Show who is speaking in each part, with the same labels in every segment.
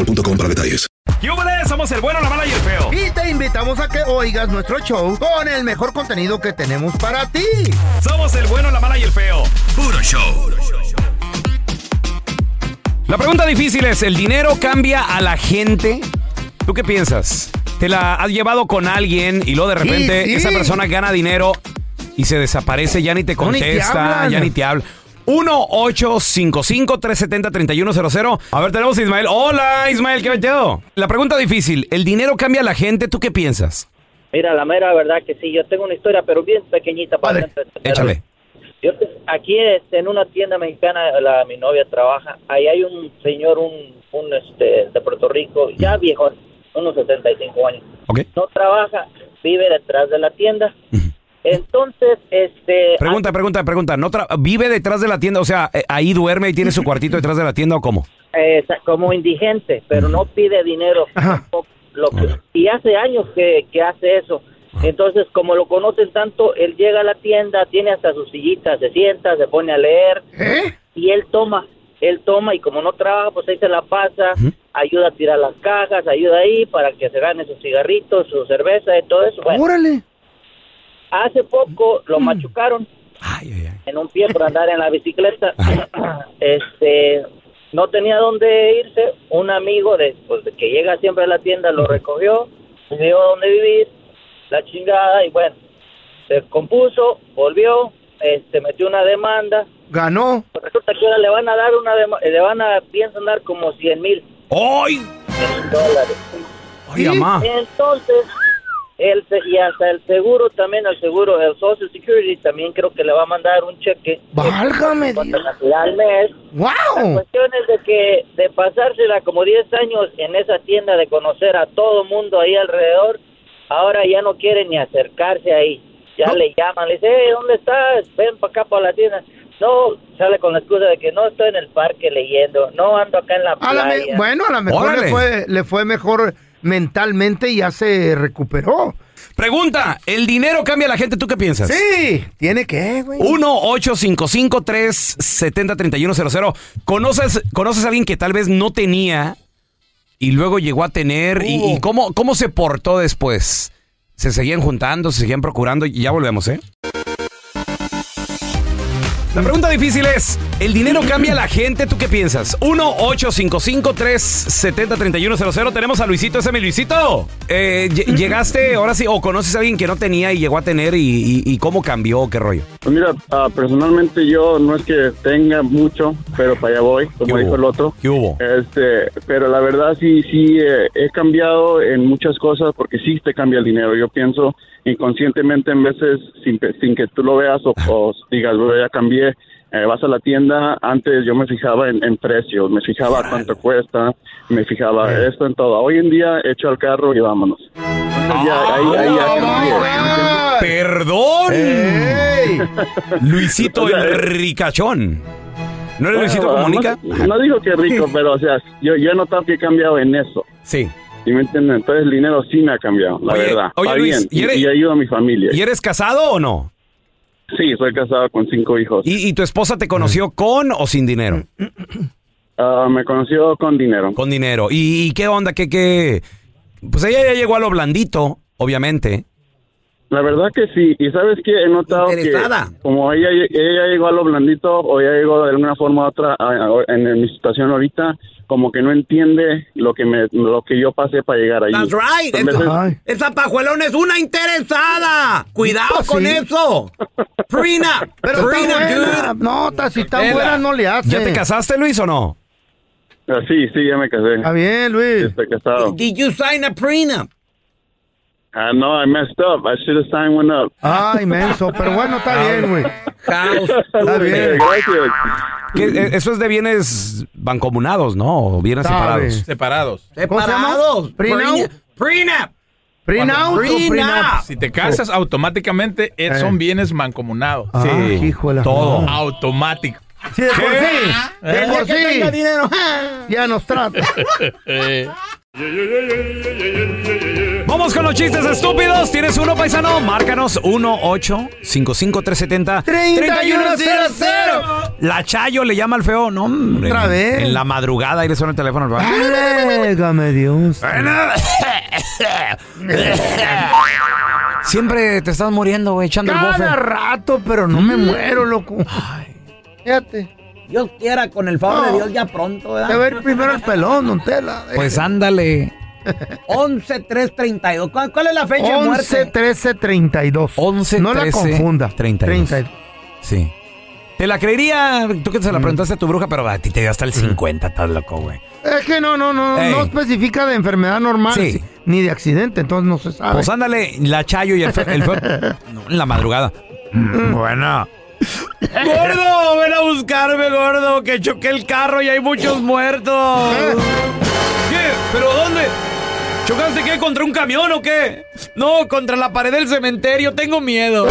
Speaker 1: punto para detalles.
Speaker 2: ¡Yúbales! Somos el bueno, la mala y el feo.
Speaker 3: Y te invitamos a que oigas nuestro show con el mejor contenido que tenemos para ti.
Speaker 2: Somos el bueno, la mala y el feo. Puro show. La pregunta difícil es, ¿el dinero cambia a la gente? ¿Tú qué piensas? ¿Te la has llevado con alguien y luego de repente
Speaker 3: Sí, sí.
Speaker 2: esa persona gana dinero y se desaparece, ya ni te
Speaker 3: No, ni te
Speaker 2: contesta,
Speaker 3: hablan.
Speaker 2: ya ni te habla? 1-855-370-3100. A ver, tenemos a Ismael. Hola, Ismael, ¿qué meteo? La pregunta difícil, ¿el dinero cambia a la gente? ¿Tú qué piensas?
Speaker 4: Mira, la mera verdad que sí, yo tengo una historia, pero bien pequeñita para entretener.
Speaker 2: Échale.
Speaker 4: Yo te- aquí este, en una tienda mexicana, la, mi novia trabaja, ahí hay un señor, un, un este, de Puerto Rico, ya viejo, unos 75 años.
Speaker 2: Ok.
Speaker 4: No trabaja, vive detrás de la tienda. Entonces, este...
Speaker 2: Pregunta, pregunta, pregunta. ¿No tra- ¿Vive detrás de la tienda? O sea, eh, ahí duerme y tiene su cuartito detrás de la tienda o cómo?
Speaker 4: eh, sa- como indigente, pero no pide dinero. tampoco. Lo que- y hace años que, que hace eso. Entonces, como lo conocen tanto, él llega a la tienda, tiene hasta sus sillitas, se sienta, se pone a leer
Speaker 3: ¿Eh?
Speaker 4: y él toma, él toma y como no trabaja, pues ahí se la pasa, ayuda a tirar las cajas, ayuda ahí para que se gane sus cigarritos, su cerveza y todo eso. Bueno,
Speaker 3: Órale.
Speaker 4: hace poco lo machucaron
Speaker 2: Ay, ay, ay.
Speaker 4: en un pie por andar en la bicicleta. este, no tenía dónde irse. Un amigo de, pues, de que llega siempre a la tienda lo recogió, le dio dónde vivir, la chingada, y bueno, se compuso, volvió, este, metió una demanda.
Speaker 3: Ganó.
Speaker 4: Pues resulta que ahora le van a dar una dema- eh, le van a, piensan dar como 100 mil
Speaker 2: ¡Ay!
Speaker 4: dólares.
Speaker 2: ¡Ay, mamá!
Speaker 4: Entonces, el, se- y hasta el seguro también, el seguro, el Social Security también creo que le va a mandar un cheque.
Speaker 3: Válgame
Speaker 4: Cuando
Speaker 3: Dios.
Speaker 4: la- al mes. La
Speaker 3: ¡Wow!
Speaker 4: cuestión es de que de pasársela como 10 años en esa tienda, de conocer a todo mundo ahí alrededor, ahora ya no quiere ni acercarse ahí. Ya
Speaker 3: No.
Speaker 4: le llaman, le dice, "Hey, ¿dónde estás? Ven para acá, para la tienda. No, sale con la excusa de que no estoy en el parque leyendo, no ando acá en la
Speaker 3: A la me-
Speaker 4: playa.
Speaker 3: bueno, a lo mejor
Speaker 2: Órale.
Speaker 3: le fue, le fue mejor mentalmente y ya se recuperó.
Speaker 2: Pregunta, ¿el dinero cambia a la gente? ¿Tú qué piensas?
Speaker 3: Sí, tiene que, güey.
Speaker 2: 1-855-370-3100. ¿Conoces, ¿Conoces a alguien que tal vez no tenía y luego llegó a tener? ¿Y,
Speaker 3: Uh.
Speaker 2: y cómo, cómo se portó después? ¿Se seguían juntando, se seguían procurando? Y ya volvemos, ¿eh? La pregunta difícil es, ¿el dinero cambia a la gente? ¿Tú qué piensas? 1-855-370-3100. Tenemos a Luisito, ese es mi Luisito. Eh, lle- ¿Llegaste ahora sí o conoces a alguien que no tenía y llegó a tener y, y- y cómo cambió? ¿Qué rollo?
Speaker 5: Pues mira, ah, personalmente yo no es que tenga mucho, pero para allá voy,
Speaker 2: ¿Qué
Speaker 5: como
Speaker 2: hubo?
Speaker 5: dijo el otro.
Speaker 2: ¿Qué hubo?
Speaker 5: Este, pero la verdad sí, sí, eh, he cambiado en muchas cosas porque sí te cambia el dinero. Yo pienso inconscientemente en veces sin, pe- sin que tú lo veas o, o digas, "Bueno, ya cambié. Eh, vas a la tienda, antes yo me fijaba en, en precios, me fijaba cuánto cuesta, me fijaba esto en todo. Hoy en día echo al carro y vámonos. Entonces ya, ahí, ahí ya cambié.
Speaker 3: ¡Oh, my God!
Speaker 2: Perdón,
Speaker 3: ¡Ey!
Speaker 2: Luisito
Speaker 5: O sea,
Speaker 2: el
Speaker 5: eh. Ah,
Speaker 2: ricachón. ¿No eres Luisito
Speaker 5: Bueno,
Speaker 2: Comunica?
Speaker 5: No, no digo que rico, pero o sea, yo, yo he notado que he cambiado en eso.
Speaker 2: Sí.
Speaker 5: ¿Sí me entienden? Entonces el dinero sí me ha cambiado, la
Speaker 2: Oye,
Speaker 5: verdad.
Speaker 2: oye,
Speaker 5: Está
Speaker 2: Luis,
Speaker 5: bien,
Speaker 2: ¿y
Speaker 5: y,
Speaker 2: eres-
Speaker 5: y ayudo a mi familia.
Speaker 2: ¿Y eres casado o no?
Speaker 5: Sí, soy casado con cinco hijos.
Speaker 2: Mm. ¿Y, y tu esposa te conoció con o sin dinero?
Speaker 5: Ah, me conoció con dinero.
Speaker 2: Con dinero. ¿Y, y qué onda? ¿Qué, qué? Pues ella ya llegó a lo blandito, obviamente.
Speaker 5: La verdad que sí, y sabes que he notado que
Speaker 2: Interesada.
Speaker 5: como ella, ella llegó a lo blandito o ella llegó de alguna forma u otra a- a- en mi situación ahorita, como que no entiende lo que me, lo que yo pasé para llegar ahí.
Speaker 6: That's right.
Speaker 2: Pues
Speaker 5: En veces-
Speaker 3: Ay.
Speaker 6: Esa, esa pajuelona es una interesada. Cuidado
Speaker 2: Ah,
Speaker 3: Pues
Speaker 6: con
Speaker 3: sí.
Speaker 6: eso. Prina.
Speaker 3: Pero está
Speaker 6: Prenup,
Speaker 3: buena.
Speaker 6: dude.
Speaker 3: No, ta- si está
Speaker 2: Tela.
Speaker 3: buena no le hace.
Speaker 2: ¿Ya te casaste, Luis, o no?
Speaker 5: Ah, Sí, sí, ya me casé.
Speaker 3: Está bien,
Speaker 5: Sí,
Speaker 3: Luis.
Speaker 5: Estoy casado.
Speaker 6: Did you sign a prenup?
Speaker 5: Ah, no, I messed up. I should have signed one up.
Speaker 3: Ay, menso. Pero bueno, está bien, güey.
Speaker 6: House.
Speaker 3: Está bien.
Speaker 5: Gracias.
Speaker 2: Que, eh, Eso es de bienes bancomunados, ¿no? O bienes
Speaker 3: Sabe.
Speaker 2: separados.
Speaker 7: Separados.
Speaker 3: ¿Cómo se llama?
Speaker 6: Separados.
Speaker 3: Prenup.
Speaker 6: Prenup.
Speaker 3: Prenup. o
Speaker 6: Prenup.
Speaker 3: prenup?
Speaker 7: Si te casas, automáticamente eh, son bienes mancomunados.
Speaker 2: Ah,
Speaker 3: Ay, hijo de la-
Speaker 2: Todo.
Speaker 7: Automático.
Speaker 3: Sí, de por sí. Eh, De
Speaker 6: El día
Speaker 3: por
Speaker 6: que tenga
Speaker 3: sí.
Speaker 6: dinero.
Speaker 3: Ya nos trata.
Speaker 2: Vamos con los chistes estúpidos. ¿Tienes uno, paisano? Márcanos 1-8-55-370-3100. La Chayo le llama al feo. No, hombre.
Speaker 3: Otra vez.
Speaker 2: En la madrugada y le suena el teléfono al vato.
Speaker 3: Válgame Dios.
Speaker 2: Siempre te estás muriendo, güey, echando
Speaker 3: Cada rato, pero no me muero, loco. Fíjate.
Speaker 6: Mm. Dios quiera, con el favor de Dios, ya pronto,
Speaker 3: Te
Speaker 6: ¿verdad?
Speaker 3: va a ir primero el pelón, don Tela.
Speaker 2: Pues ándale.
Speaker 6: 11-3-32. ¿Cuál, cuál es la fecha de
Speaker 3: 11
Speaker 6: muerte?
Speaker 3: 13 32.
Speaker 2: 11
Speaker 3: no la
Speaker 2: 13
Speaker 3: confunda.
Speaker 2: 32. Sí. Te la creería, tú que se la preguntaste a tu bruja, pero a ti te dio hasta el 50, estás loco, güey.
Speaker 3: Es que no, no, no,
Speaker 2: Ey.
Speaker 3: no especifica de enfermedad normal
Speaker 2: Sí.
Speaker 3: ni de accidente, entonces no se sabe.
Speaker 2: Pues ándale, la Chayo y el feo. el feo- No, en la madrugada. Mm, Bueno. ¡Gordo! ¡Ven a buscarme, gordo! ¡Que choqué el carro y hay muchos muertos! ¿Qué? ¿Pero dónde? ¿Chocaste qué? ¿Contra un camión o qué? No, contra la pared del cementerio. Tengo miedo.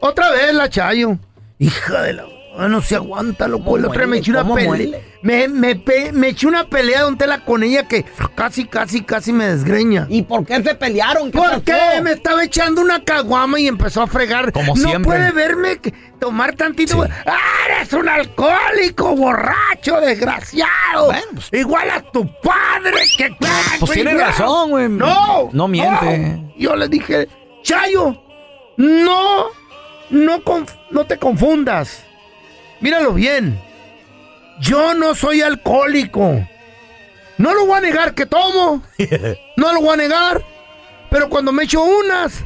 Speaker 3: Otra vez la Chayo. Hija de la. Ah, No se aguanta, loco. La otra me
Speaker 6: muele?
Speaker 3: eché una
Speaker 6: ¿Cómo
Speaker 3: pelea.
Speaker 6: muele?
Speaker 3: Me, me, pe- me eché una pelea de un tela con ella que casi, casi, casi me desgreña.
Speaker 6: ¿Y por qué se pelearon? ¿Qué
Speaker 2: Pues
Speaker 3: ¿Por qué?
Speaker 6: pasó?
Speaker 3: Me estaba echando una caguama y empezó a fregar.
Speaker 2: Como
Speaker 3: no
Speaker 2: siempre.
Speaker 3: puede verme que- tomar tantito. ¡Ah, eres un alcohólico, borracho, desgraciado!
Speaker 2: Bueno, pues-
Speaker 3: Igual a tu padre que...
Speaker 2: Pues tiene razón, güey.
Speaker 3: ¡No!
Speaker 2: No miente.
Speaker 3: no. Yo le dije, Chayo, no, no, conf- no te confundas. Míralo bien. Yo no soy alcohólico. No lo voy a negar que tomo. No lo voy a negar. Pero cuando me echo unas,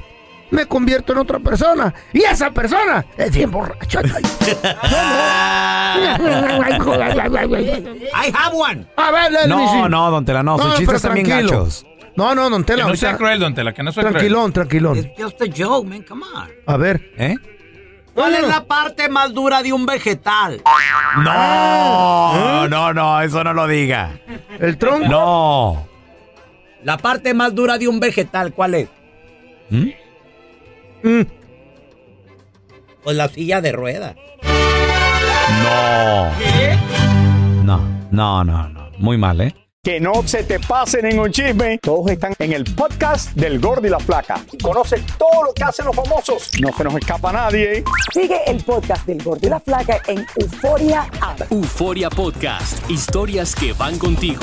Speaker 3: me convierto en otra persona. Y esa persona es bien borracha. A
Speaker 6: I have one.
Speaker 3: ver, Leslie, sí.
Speaker 2: No, no, don Tela, no. Sus chistes
Speaker 3: pero
Speaker 2: están bien
Speaker 3: tranquilo.
Speaker 2: gachos.
Speaker 3: No, no, don
Speaker 7: Que
Speaker 3: Tela.
Speaker 7: no
Speaker 3: ahorita-
Speaker 7: sea cruel, don Tela, que no sea cruel.
Speaker 3: Tranquilón, tranquilón.
Speaker 6: It's just a joke, man. Come on.
Speaker 3: A ver.
Speaker 2: ¿Eh?
Speaker 6: ¿Cuál
Speaker 3: No, no,
Speaker 6: es
Speaker 3: no.
Speaker 6: la parte más dura de un vegetal?
Speaker 2: No, no, no, eso no lo diga.
Speaker 3: El tronco.
Speaker 2: No.
Speaker 6: La parte más dura de un vegetal, ¿cuál es?
Speaker 3: Mm.
Speaker 6: Pues la silla de ruedas.
Speaker 2: No. No, no, no, no. Muy mal, ¿eh?
Speaker 8: Que no se te pase ningún chisme. Todos están en el podcast del Gordi y la Flaca. Y conoce todo lo que hacen los famosos. No se nos escapa nadie.
Speaker 9: Sigue el podcast del Gordo y la Flaca en Euforia App.
Speaker 10: Euforia Podcast, historias que van contigo.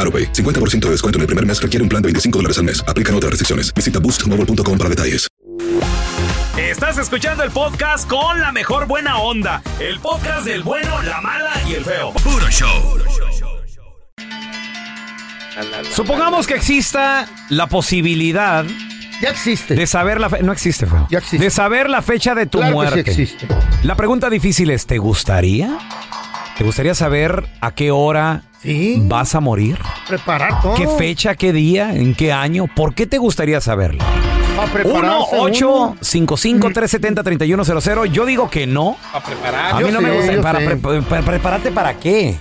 Speaker 1: AroPay. 50% de descuento en el primer mes requiere un plan de 25 dólares al mes. Aplican otras restricciones. Visita boostmobile.com para detalles.
Speaker 11: Estás escuchando el podcast con la mejor buena onda. El podcast del bueno, la mala y el feo. Puro show.
Speaker 2: Supongamos que exista la posibilidad.
Speaker 3: Ya existe.
Speaker 2: De saber la fe- No existe, feo. Ya existe. De saber la fecha de tu
Speaker 3: Claro que sí
Speaker 2: muerte.
Speaker 3: existe.
Speaker 2: La pregunta difícil es: ¿te gustaría? ¿Te gustaría saber a qué hora vas a morir?
Speaker 3: Preparar todo.
Speaker 2: ¿Qué fecha, qué día, en qué año? ¿Por qué te gustaría saberlo?
Speaker 3: Para prepararse uno.
Speaker 2: 1-855-370-3100. Yo digo que no.
Speaker 7: Para
Speaker 3: Ah,
Speaker 7: preparar.
Speaker 2: A mí
Speaker 7: Yo
Speaker 2: no
Speaker 7: sé,
Speaker 2: me gusta.
Speaker 7: yo
Speaker 2: Para
Speaker 7: sé.
Speaker 2: pre- pre- ¿Prepararte para qué?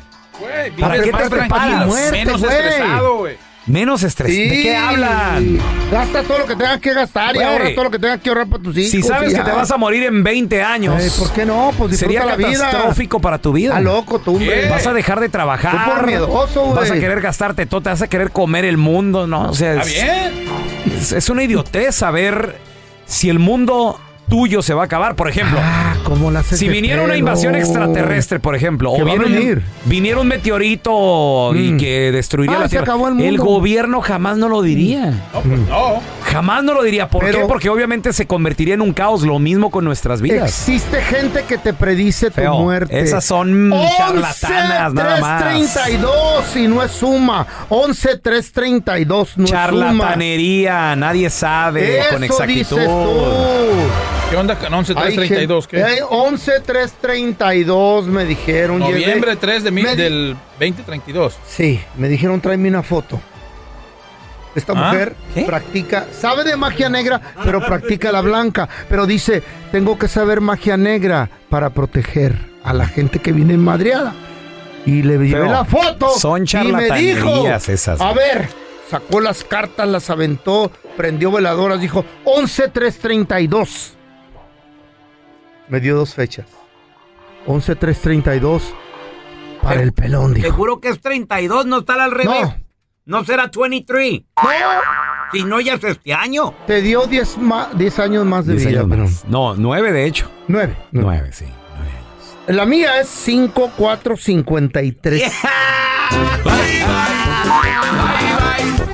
Speaker 2: ¿Para
Speaker 7: vives
Speaker 2: qué
Speaker 7: más
Speaker 2: te
Speaker 7: tranquilo,
Speaker 2: preparas?
Speaker 7: menos estresado, güey.
Speaker 2: Menos estrés. ¿De qué hablan?
Speaker 3: Gasta todo lo que tengas que gastar y
Speaker 2: Güey.
Speaker 3: ahorra todo lo que tengas que ahorrar para tus hijos.
Speaker 2: Si sabes
Speaker 3: y
Speaker 2: que
Speaker 3: ya.
Speaker 2: te vas a morir en 20 años.
Speaker 3: Ey, ¿Por qué no? Pues disfruta
Speaker 2: Sería
Speaker 3: la vida.
Speaker 2: catastrófico para tu vida.
Speaker 3: Ah, loco, tú, hombre. ¿Qué?
Speaker 2: Vas a dejar de trabajar.
Speaker 3: Tú por miedoso, güey.
Speaker 2: vas a querer gastarte todo, te vas a querer comer el mundo, ¿no? O sea, es, es- es una idiotez saber si el mundo tuyo se va a acabar. Por ejemplo,
Speaker 3: Ah, ¿Cómo la haces
Speaker 2: si
Speaker 3: de
Speaker 2: viniera una
Speaker 3: pedo?
Speaker 2: invasión extraterrestre, por ejemplo,
Speaker 3: Que
Speaker 2: o
Speaker 3: va a
Speaker 2: viene un-
Speaker 3: venir.
Speaker 2: viniera un meteorito y que destruiría
Speaker 3: Ah,
Speaker 2: la
Speaker 3: se
Speaker 2: Tierra,
Speaker 3: acabó el mundo. Mm.
Speaker 2: gobierno jamás no lo diría.
Speaker 7: No.
Speaker 2: Jamás no lo diría. ¿Por qué? Porque obviamente se convertiría en un caos. Lo mismo con nuestras vidas.
Speaker 3: Existe gente que te predice
Speaker 2: Feo.
Speaker 3: tu muerte.
Speaker 2: Esas son
Speaker 3: 11
Speaker 2: charlatanas, nada más.
Speaker 3: 332 y no es suma. 11 332 no es
Speaker 2: Charlatanería, nadie sabe
Speaker 3: Eso
Speaker 2: con exactitud.
Speaker 3: dices tú.
Speaker 7: ¿Qué onda con
Speaker 3: suma. Hay
Speaker 7: 11-332?
Speaker 3: gente- eh,
Speaker 7: ¿Qué?
Speaker 3: 11-332 me dijeron.
Speaker 7: Noviembre
Speaker 3: llegué-
Speaker 7: 3 de mi-
Speaker 3: me di-
Speaker 7: del 2032.
Speaker 3: Sí, me dijeron tráeme una foto. Esta
Speaker 7: ¿Ah?
Speaker 3: mujer practica, sabe de magia negra, pero practica la blanca. Pero dice, tengo que saber magia negra para proteger a la gente que viene madreada. Y le llevé
Speaker 2: Feo.
Speaker 3: la foto.
Speaker 2: Son
Speaker 3: y me dijo,
Speaker 2: charlatanerías esas.
Speaker 3: a ver, sacó las cartas, las aventó, prendió veladoras, dijo 11-332. Me dio dos fechas. 11-332 para el pelón, dijo.
Speaker 2: Seguro que es 32, no estará al revés. No, será 23. Si no, ya es este año.
Speaker 3: Te dio 10 ma- 10 años más de
Speaker 2: Diez
Speaker 3: vida.
Speaker 2: años más. No, nueve de hecho.
Speaker 3: Nueve.
Speaker 2: Nueve, sí.
Speaker 3: pero- La mía es 5453.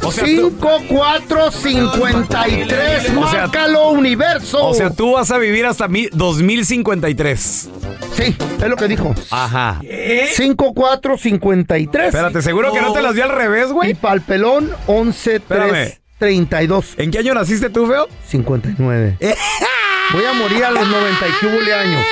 Speaker 2: O sea,
Speaker 3: 5453,
Speaker 2: O sea-
Speaker 3: márcalo universo.
Speaker 2: O sea, tú vas a vivir hasta mi- 2053.
Speaker 3: sí, es lo que dijo.
Speaker 2: Ajá.
Speaker 3: 5453.
Speaker 2: Espérate, ¿seguro que no te las dio al revés, güey?
Speaker 3: Y pa'l pelón, 11
Speaker 2: Espérame.
Speaker 3: 32.
Speaker 2: ¿En qué año naciste tú, feo?
Speaker 3: 59.
Speaker 2: Eh.
Speaker 3: Voy a morir a los 90 y cúbule años.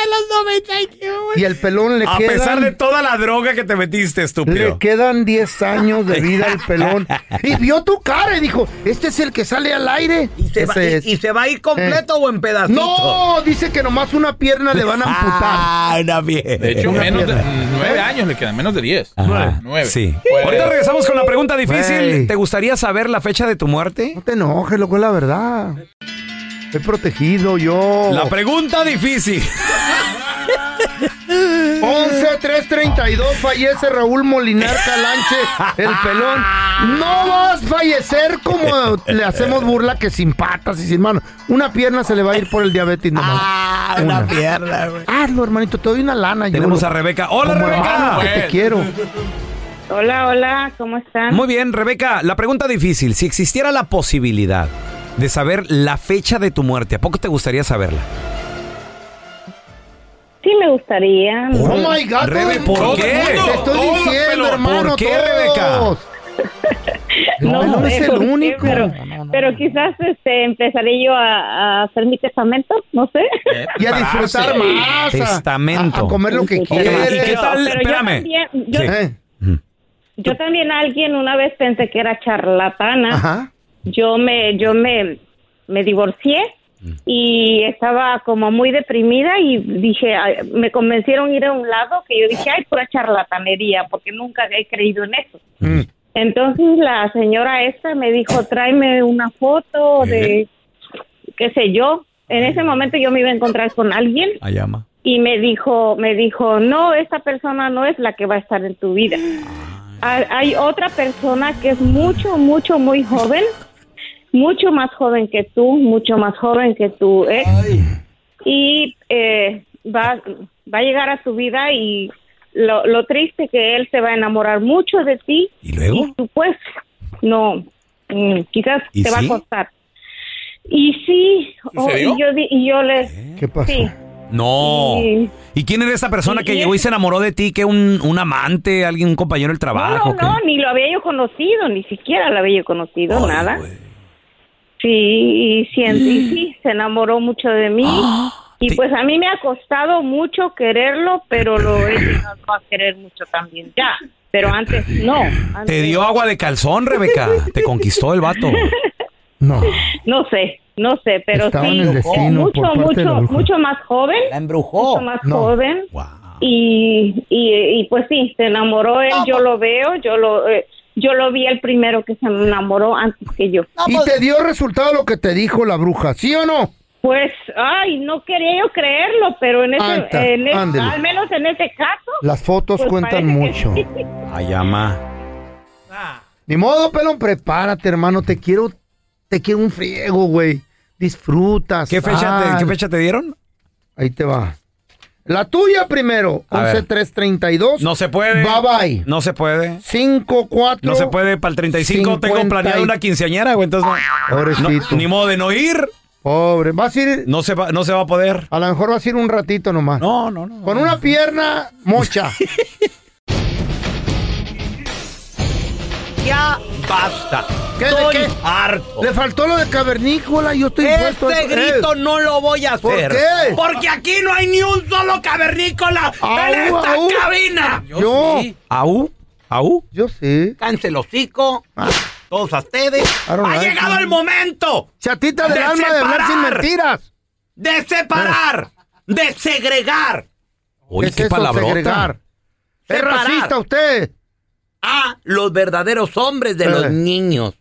Speaker 3: Y el pelón le
Speaker 2: a
Speaker 3: quedan-
Speaker 2: pesar de toda la droga que te metiste,
Speaker 3: Le
Speaker 2: estúpido.
Speaker 3: quedan 10 años de vida al pelón. Y vio tu cara y dijo, este es el que sale al aire. Y
Speaker 2: se va- y- y se va a ir completo o en pedacitos?
Speaker 3: Eh. No, dice que nomás una pierna le van a amputar.
Speaker 2: Ah, una bien.
Speaker 7: De hecho, menos de 9 años le quedan, menos de 10.
Speaker 2: Ajá, Pues, eh,
Speaker 7: 9.
Speaker 2: Sí. Ahorita regresamos con la pregunta difícil.
Speaker 3: Güey.
Speaker 2: ¿Te gustaría saber la fecha de tu muerte?
Speaker 3: No te enojes, loco, es la verdad. He protegido yo.
Speaker 2: La pregunta difícil.
Speaker 3: 11-332 fallece Raúl Molinar Calanche, el pelón. No vas a fallecer como le hacemos burla que sin patas y sin manos. Una pierna se le va a ir por el diabetes nomás. Ah, una, pierna, güey. Hazlo, hermanito, te doy una lana. yo,
Speaker 2: Tenemos
Speaker 3: loco.
Speaker 2: a Rebeca. ¡Hola,
Speaker 3: Como
Speaker 2: Rebeca! Pues.
Speaker 3: hermano que te quiero.
Speaker 4: Hola, hola, ¿cómo están?
Speaker 2: Muy bien, Rebeca. La pregunta difícil. Si existiera la posibilidad de saber la fecha de tu muerte, ¿a poco te gustaría saberla?
Speaker 4: Sí, me gustaría.
Speaker 3: Oh my God. todo el
Speaker 2: Rebe, ¿por
Speaker 3: mundo-
Speaker 2: qué?
Speaker 3: Te estoy
Speaker 2: Todo,
Speaker 3: diciendo,
Speaker 2: pero
Speaker 3: hermano.
Speaker 2: ¿Por qué,
Speaker 3: todos.
Speaker 2: Rebeca?
Speaker 3: No, no
Speaker 4: sé
Speaker 3: es el
Speaker 4: por qué,
Speaker 3: único.
Speaker 4: pero, pero quizás este, empezaré yo a, a hacer mi testamento, no sé.
Speaker 3: Y a disfrutar más. a-
Speaker 2: Testamento.
Speaker 3: A, a comer lo que
Speaker 2: Oye,
Speaker 3: quieres.
Speaker 2: ¿Y qué tal?
Speaker 4: Pero yo
Speaker 2: Espérame.
Speaker 4: también, yo,
Speaker 3: Eh,
Speaker 4: yo también alguien una vez pensé que era charlatana.
Speaker 3: Eh, Ajá.
Speaker 4: Yo me, yo me, me divorcié y estaba como muy deprimida y dije, ay, me
Speaker 3: Mm.
Speaker 4: convencieron ir a un lado que yo dije, ay, pura charlatanería, porque nunca he creído en eso. Entonces la señora esta me dijo, tráeme una foto de qué sé yo. En ese momento yo me iba a encontrar con alguien
Speaker 2: A llama.
Speaker 4: y me dijo, me dijo, no, esta persona no es la que va a estar en tu vida. Ha- Hay otra persona que es mucho, mucho, muy joven, mucho más joven que tú, mucho más joven que tú ex, y eh, va, va a llegar a tu vida y lo, lo triste que él se va a enamorar mucho de ti. ¿Y
Speaker 2: luego?
Speaker 4: tú pues, no, mm, quizás
Speaker 2: ¿Y
Speaker 4: te va a
Speaker 2: sí?
Speaker 4: costar. Y sí, oh,
Speaker 2: serio?
Speaker 4: y yo, di- y yo le...
Speaker 3: ¿Qué pasó?
Speaker 4: Sí,
Speaker 2: No.
Speaker 4: Sí.
Speaker 2: ¿Y quién era esa persona que llegó y se enamoró de ti? ¿Que un, un amante, alguien, un compañero del trabajo?
Speaker 4: No, no, ni lo había yo conocido, ni siquiera lo había yo conocido, nada. Sí, y, sí, y sí, se enamoró mucho de mí.
Speaker 2: Ah,
Speaker 4: Y pues a mí me ha costado mucho quererlo, pero lo he llegado a querer mucho también ya. Pero antes no,
Speaker 2: que-
Speaker 4: antes
Speaker 2: Te dio agua de calzón, Rebeca. Te conquistó el vato.
Speaker 4: no sé, no sé, pero
Speaker 2: Estaba
Speaker 4: sí,
Speaker 2: en el destino
Speaker 4: mucho,
Speaker 2: por parte de la
Speaker 4: mucho,
Speaker 2: bruja.
Speaker 4: mucho más joven.
Speaker 2: La
Speaker 3: Oh,
Speaker 2: embrujó.
Speaker 4: Mucho más
Speaker 2: No.
Speaker 4: joven. Y, y, y, pues sí, se enamoró él, yo lo veo, yo lo, eh, yo lo vi el primero que se enamoró antes que yo.
Speaker 3: ¿Y te dio resultado lo que te dijo la bruja? ¿Sí o no?
Speaker 4: Pues, ay, no quería yo creerlo, pero en ese,
Speaker 3: Anda,
Speaker 4: en ese-
Speaker 3: ándele.
Speaker 4: al menos en ese caso.
Speaker 3: Las fotos
Speaker 4: pues,
Speaker 3: cuentan
Speaker 4: parece
Speaker 3: mucho.
Speaker 4: que sí.
Speaker 2: Ay, ama.
Speaker 3: Ni modo, pelón, prepárate, hermano. Te quiero, te quiero un friego, güey. Disfrutas.
Speaker 2: ¿Qué fecha, te, ¿Qué fecha te dieron?
Speaker 3: Ah. Ahí te va. La tuya primero,
Speaker 2: A ver.
Speaker 3: 11332.
Speaker 2: No se puede.
Speaker 3: Bye bye.
Speaker 2: No se puede.
Speaker 3: 5, 4.
Speaker 2: No se puede para el 35. Tengo planeado una quinceañera, güey. Entonces no.
Speaker 3: Pobrecito.
Speaker 2: No, ni modo de no ir.
Speaker 3: Pobre, vas a ir.
Speaker 2: No se va, no se va a poder.
Speaker 3: A lo mejor vas a ir un ratito nomás.
Speaker 2: No, no, no.
Speaker 3: Con una pierna mocha.
Speaker 2: Ya basta.
Speaker 3: ¿Qué, de
Speaker 2: Estoy
Speaker 3: qué?
Speaker 2: harto.
Speaker 3: Le faltó lo de cavernícola. Yo estoy
Speaker 2: Este
Speaker 3: puesto a eso. Eh.
Speaker 2: grito no lo voy a hacer.
Speaker 3: ¿Por qué?
Speaker 2: Porque aquí no hay ni un solo cavernícola en
Speaker 3: Au,
Speaker 2: esta
Speaker 3: au.
Speaker 2: cabina.
Speaker 3: Yo Yo. sí.
Speaker 2: ¿Aú? ¿Aú?
Speaker 3: Yo sí.
Speaker 2: Cáncer hocico. Todos a ustedes.
Speaker 3: Ah. I don't
Speaker 2: Ha
Speaker 3: like
Speaker 2: llegado
Speaker 3: you.
Speaker 2: el momento.
Speaker 3: Chatita del alma de hablar sin mentiras.
Speaker 2: De separar. De segregar. Uy,
Speaker 3: ¿Qué es eso, segregar? Es
Speaker 2: Separar.
Speaker 3: racista usted.
Speaker 2: A los verdaderos hombres de
Speaker 3: Eh.
Speaker 2: los niños.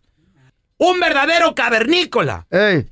Speaker 2: Un verdadero cavernícola.
Speaker 3: Ey.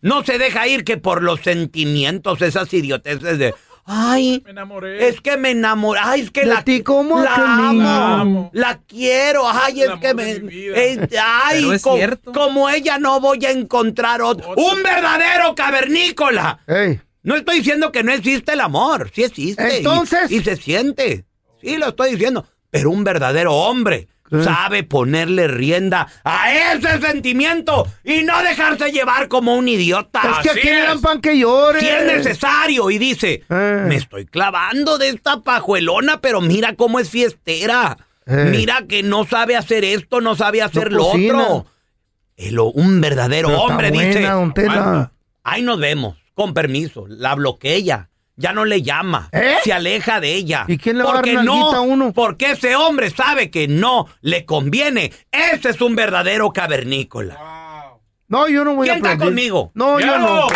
Speaker 2: No se deja ir que por los sentimientos, esas idioteces de. Ay,
Speaker 3: Eh,
Speaker 2: es que me enamoré. Ay, es que
Speaker 3: De
Speaker 2: la,
Speaker 3: ti como
Speaker 2: la
Speaker 3: aquel
Speaker 2: amo,
Speaker 3: niño.
Speaker 2: la quiero. Ay, es que me. es- ay,
Speaker 3: Pero es
Speaker 2: co-
Speaker 3: cierto.
Speaker 2: como ella no voy a encontrar otro. Un verdadero cavernícola.
Speaker 3: Ey.
Speaker 2: No estoy diciendo que no existe el amor, sí existe. y-
Speaker 3: Entonces-
Speaker 2: Y, se siente. Sí, lo estoy diciendo. Pero un verdadero hombre sabe ponerle rienda a ese sentimiento y no dejarse llevar como un idiota.
Speaker 3: Es que
Speaker 2: Así
Speaker 3: aquí
Speaker 2: es.
Speaker 3: eran pan que llore. Ah.
Speaker 2: Si es necesario y dice, me
Speaker 3: Eh.
Speaker 2: estoy clavando de esta pajuelona, pero mira cómo es fiestera.
Speaker 3: Eh.
Speaker 2: Mira que no sabe hacer esto, no sabe hacer lo
Speaker 3: cocina.
Speaker 2: otro. El- un verdadero
Speaker 3: Pero está
Speaker 2: hombre
Speaker 3: buena,
Speaker 2: dice.
Speaker 3: don Tela.
Speaker 2: Ahí nos vemos, con permiso. La bloquea. Ya no le llama.
Speaker 3: ¿Eh?
Speaker 2: Se aleja de ella.
Speaker 3: ¿Y quién le va a dar
Speaker 2: Porque
Speaker 3: nalguita a
Speaker 2: uno? Porque ese hombre sabe que no le conviene. Ese es un verdadero cavernícola.
Speaker 3: No, yo no voy
Speaker 2: ¿Quién
Speaker 3: a
Speaker 2: está
Speaker 3: aprender.
Speaker 2: conmigo?
Speaker 3: No, yo no.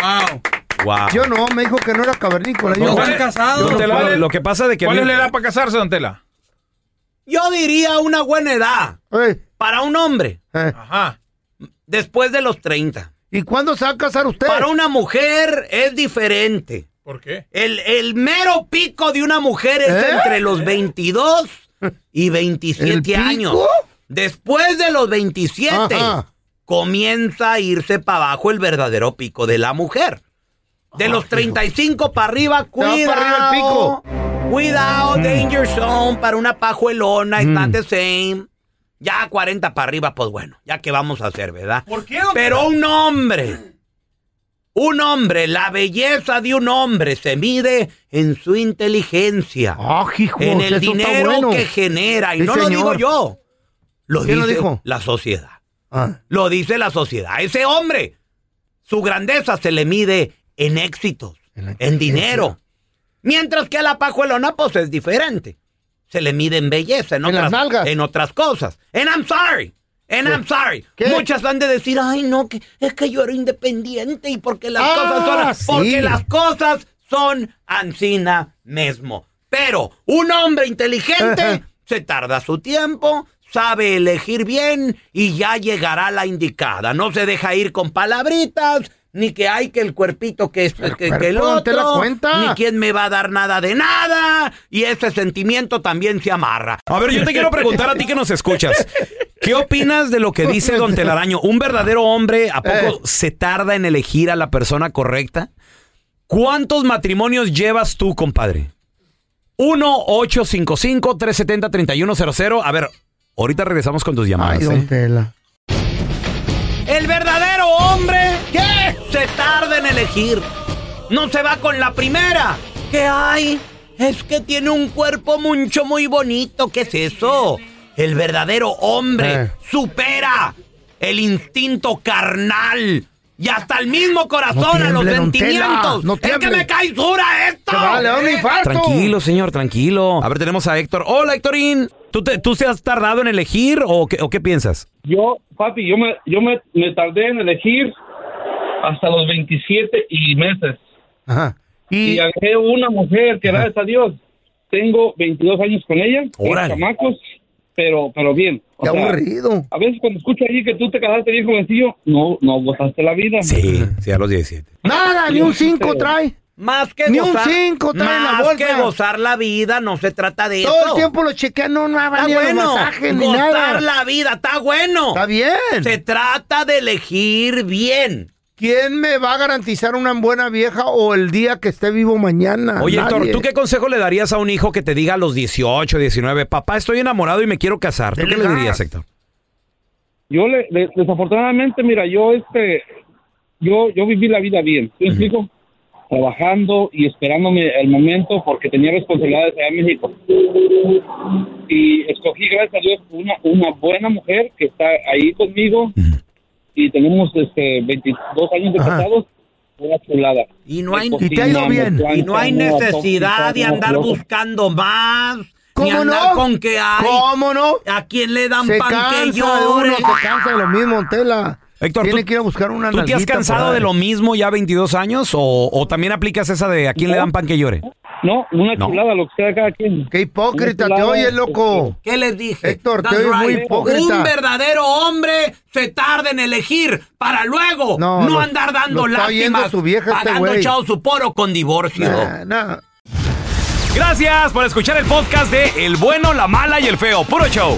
Speaker 2: Wow.
Speaker 3: Yo no, me dijo que no era cavernícola. Yo no. Yo no puedo.
Speaker 2: lo que pasa de que
Speaker 7: ¿Cuál
Speaker 2: a
Speaker 7: es
Speaker 2: mí-
Speaker 7: la edad para casarse, don Tela?
Speaker 2: Yo diría una buena edad para un hombre.
Speaker 7: Ajá.
Speaker 2: Después de los 30.
Speaker 3: eh, ¿Y cuándo se va a casar usted?
Speaker 2: Para una mujer Er es diferente.
Speaker 7: ¿Por qué?
Speaker 2: El, el mero pico de una mujer es
Speaker 7: ¿Eh?
Speaker 2: entre los 22 y 27
Speaker 7: ¿El pico?
Speaker 2: años. Después de los 27
Speaker 7: Ajá.
Speaker 2: comienza a irse para abajo el verdadero pico de la mujer. De los 35 para arriba,
Speaker 3: para
Speaker 2: cuidado.
Speaker 3: arriba el pico. Mm.
Speaker 2: Cuidado, danger zone para una pajuelona, está the same. Ya 40 para arriba, pues bueno, ya que vamos a hacer, ¿verdad?
Speaker 7: ¿Por qué?
Speaker 2: Pero un hombre, un hombre, la belleza de un hombre se mide en su inteligencia,
Speaker 3: hijo,
Speaker 2: en
Speaker 3: Ah, eso
Speaker 2: el
Speaker 3: está
Speaker 2: dinero
Speaker 3: bueno.
Speaker 2: que genera. Y
Speaker 3: Sí,
Speaker 2: no lo
Speaker 3: señor.
Speaker 2: digo yo, lo
Speaker 3: ¿Quién lo
Speaker 2: dice
Speaker 3: dijo?
Speaker 2: la sociedad.
Speaker 3: Ah.
Speaker 2: Lo dice la sociedad. A ese hombre, su grandeza se le mide en éxitos, en, dinero. Mientras que a la pajuelona, pues es diferente. Se le mide en belleza, en, otras, en otras cosas. En I'm sorry. En I'm sorry. Muchas han de decir, ay, no, que, es que yo era independiente y porque las
Speaker 3: Ah,
Speaker 2: cosas son. Porque
Speaker 3: sí.
Speaker 2: las cosas son ancina mismo. Pero un hombre inteligente se tarda su tiempo,
Speaker 6: sabe elegir bien y ya llegará la indicada. No se deja ir con palabritas, ni que hay que el cuerpito que es que, que el
Speaker 3: cuerpo,
Speaker 6: otro,
Speaker 3: ¿no te das cuenta?
Speaker 6: ni quién me va a dar nada de nada, y ese sentimiento también se amarra.
Speaker 2: A ver, yo te quiero preguntar a ti que nos escuchas. ¿Qué opinas de lo que dice Don Telaraño? ¿Un verdadero hombre a poco se tarda en elegir a la persona correcta? ¿Cuántos matrimonios llevas tú, compadre? 1-855-370-3100. A ver, ahorita regresamos con tus llamadas.
Speaker 3: Ay,
Speaker 2: ¿eh?
Speaker 3: don Tela.
Speaker 6: El verdadero hombre que se tarda en elegir. No se va con la primera. ¿Qué hay? Es que tiene un cuerpo mucho muy bonito. ¿Qué es eso? El verdadero hombre
Speaker 2: Eh.
Speaker 6: supera el instinto carnal y hasta el mismo corazón
Speaker 2: No
Speaker 6: a los
Speaker 2: tiemble, don Tela,
Speaker 6: sentimientos.
Speaker 2: no
Speaker 6: es que
Speaker 2: tiemble.
Speaker 6: me cae dura esto. Eh,
Speaker 2: Tranquilo, señor, tranquilo. A ver, tenemos a Héctor. Hola, Héctorín. ¿Tú, te, ¿Tú se has tardado en elegir o qué, o qué piensas?
Speaker 5: Yo, papi, yo me, yo me, me tardé en elegir hasta los 27 y meses.
Speaker 3: Ajá.
Speaker 5: Y, agarré una mujer que, gracias a Dios, tengo 22 años con ella, tres
Speaker 3: Órale.
Speaker 5: chamacos, pero, pero bien. O
Speaker 3: Qué
Speaker 5: sea,
Speaker 3: aburrido.
Speaker 5: A veces cuando escucho ahí que tú te casaste bien jovencillo, no, no gozaste la vida.
Speaker 2: Sí, sí, a los 17.
Speaker 3: Nada, ni un 5 trae.
Speaker 6: Más que
Speaker 3: Ni un
Speaker 6: gozar-
Speaker 3: cinco trae en la
Speaker 6: más
Speaker 3: bolsa.
Speaker 6: que gozar la vida, no se trata de
Speaker 3: Todo el
Speaker 6: eso.
Speaker 3: tiempo lo chequean, no, no ha
Speaker 6: Está
Speaker 3: venido los
Speaker 6: bueno.
Speaker 3: masajes ni
Speaker 6: gozar
Speaker 3: nada.
Speaker 6: la vida, está bueno. Está
Speaker 3: bien.
Speaker 6: Se trata de elegir bien.
Speaker 3: ¿Quién me va a garantizar una buena vieja o el día que esté vivo mañana?
Speaker 2: Oye,
Speaker 3: Nadie.
Speaker 2: Héctor, ¿tú qué consejo le darías a un hijo que te diga a los 18, 19, papá, estoy enamorado y me quiero casar? ¿Tú qué le dirías, Héctor?
Speaker 5: Yo, le, le- Este, desafortunadamente, mira, yo, este, yo, yo viví la vida bien. ¿Te explico? Trabajando y esperándome el momento porque tenía responsabilidades allá en México. Y escogí, gracias a Dios, una, una buena mujer que está ahí conmigo y tenemos este, 22 años de
Speaker 6: Ajá.
Speaker 5: casados. Una chulada.
Speaker 6: Y no hay,
Speaker 5: Me cocinamos, plancha,
Speaker 6: Y no hay
Speaker 5: no,
Speaker 6: necesidad de
Speaker 5: tóxica, no,
Speaker 6: andar
Speaker 5: loco.
Speaker 6: buscando más. ni
Speaker 3: ¿Cómo
Speaker 6: andar
Speaker 3: no?
Speaker 6: con que hay.
Speaker 3: ¿Cómo no?
Speaker 6: ¿A quién le dan
Speaker 3: se
Speaker 6: pan
Speaker 3: cansa
Speaker 6: que
Speaker 3: de uno,
Speaker 6: llore?
Speaker 3: se cansa de lo mismo, don Tela.
Speaker 2: Héctor,
Speaker 3: Tiene
Speaker 2: tú-
Speaker 3: que ir a buscar una
Speaker 2: ¿Tú te has
Speaker 3: nalguita
Speaker 2: cansado
Speaker 3: por
Speaker 2: de
Speaker 3: ahí.
Speaker 2: lo mismo ya 22 años o, o también aplicas esa de a quién le dan pan que llore?
Speaker 5: No, una
Speaker 2: No.
Speaker 5: chulada, lo que sea cada quien.
Speaker 3: Qué hipócrita,
Speaker 5: Una
Speaker 3: te
Speaker 5: chulada,
Speaker 3: oyes, loco.
Speaker 6: ¿Qué les dije?
Speaker 3: Héctor, te
Speaker 6: That's
Speaker 3: oyes muy
Speaker 6: right.
Speaker 3: hipócrita.
Speaker 6: Un verdadero hombre se tarda en elegir para luego
Speaker 3: No,
Speaker 6: no,
Speaker 3: lo-
Speaker 6: andar dando
Speaker 3: lo está oyendo
Speaker 6: lástimas,
Speaker 3: su vieja este
Speaker 6: pagando
Speaker 3: güey.
Speaker 6: echado su poro con divorcio.
Speaker 12: Gracias por escuchar el podcast de El bueno, la mala y el feo. Puro show.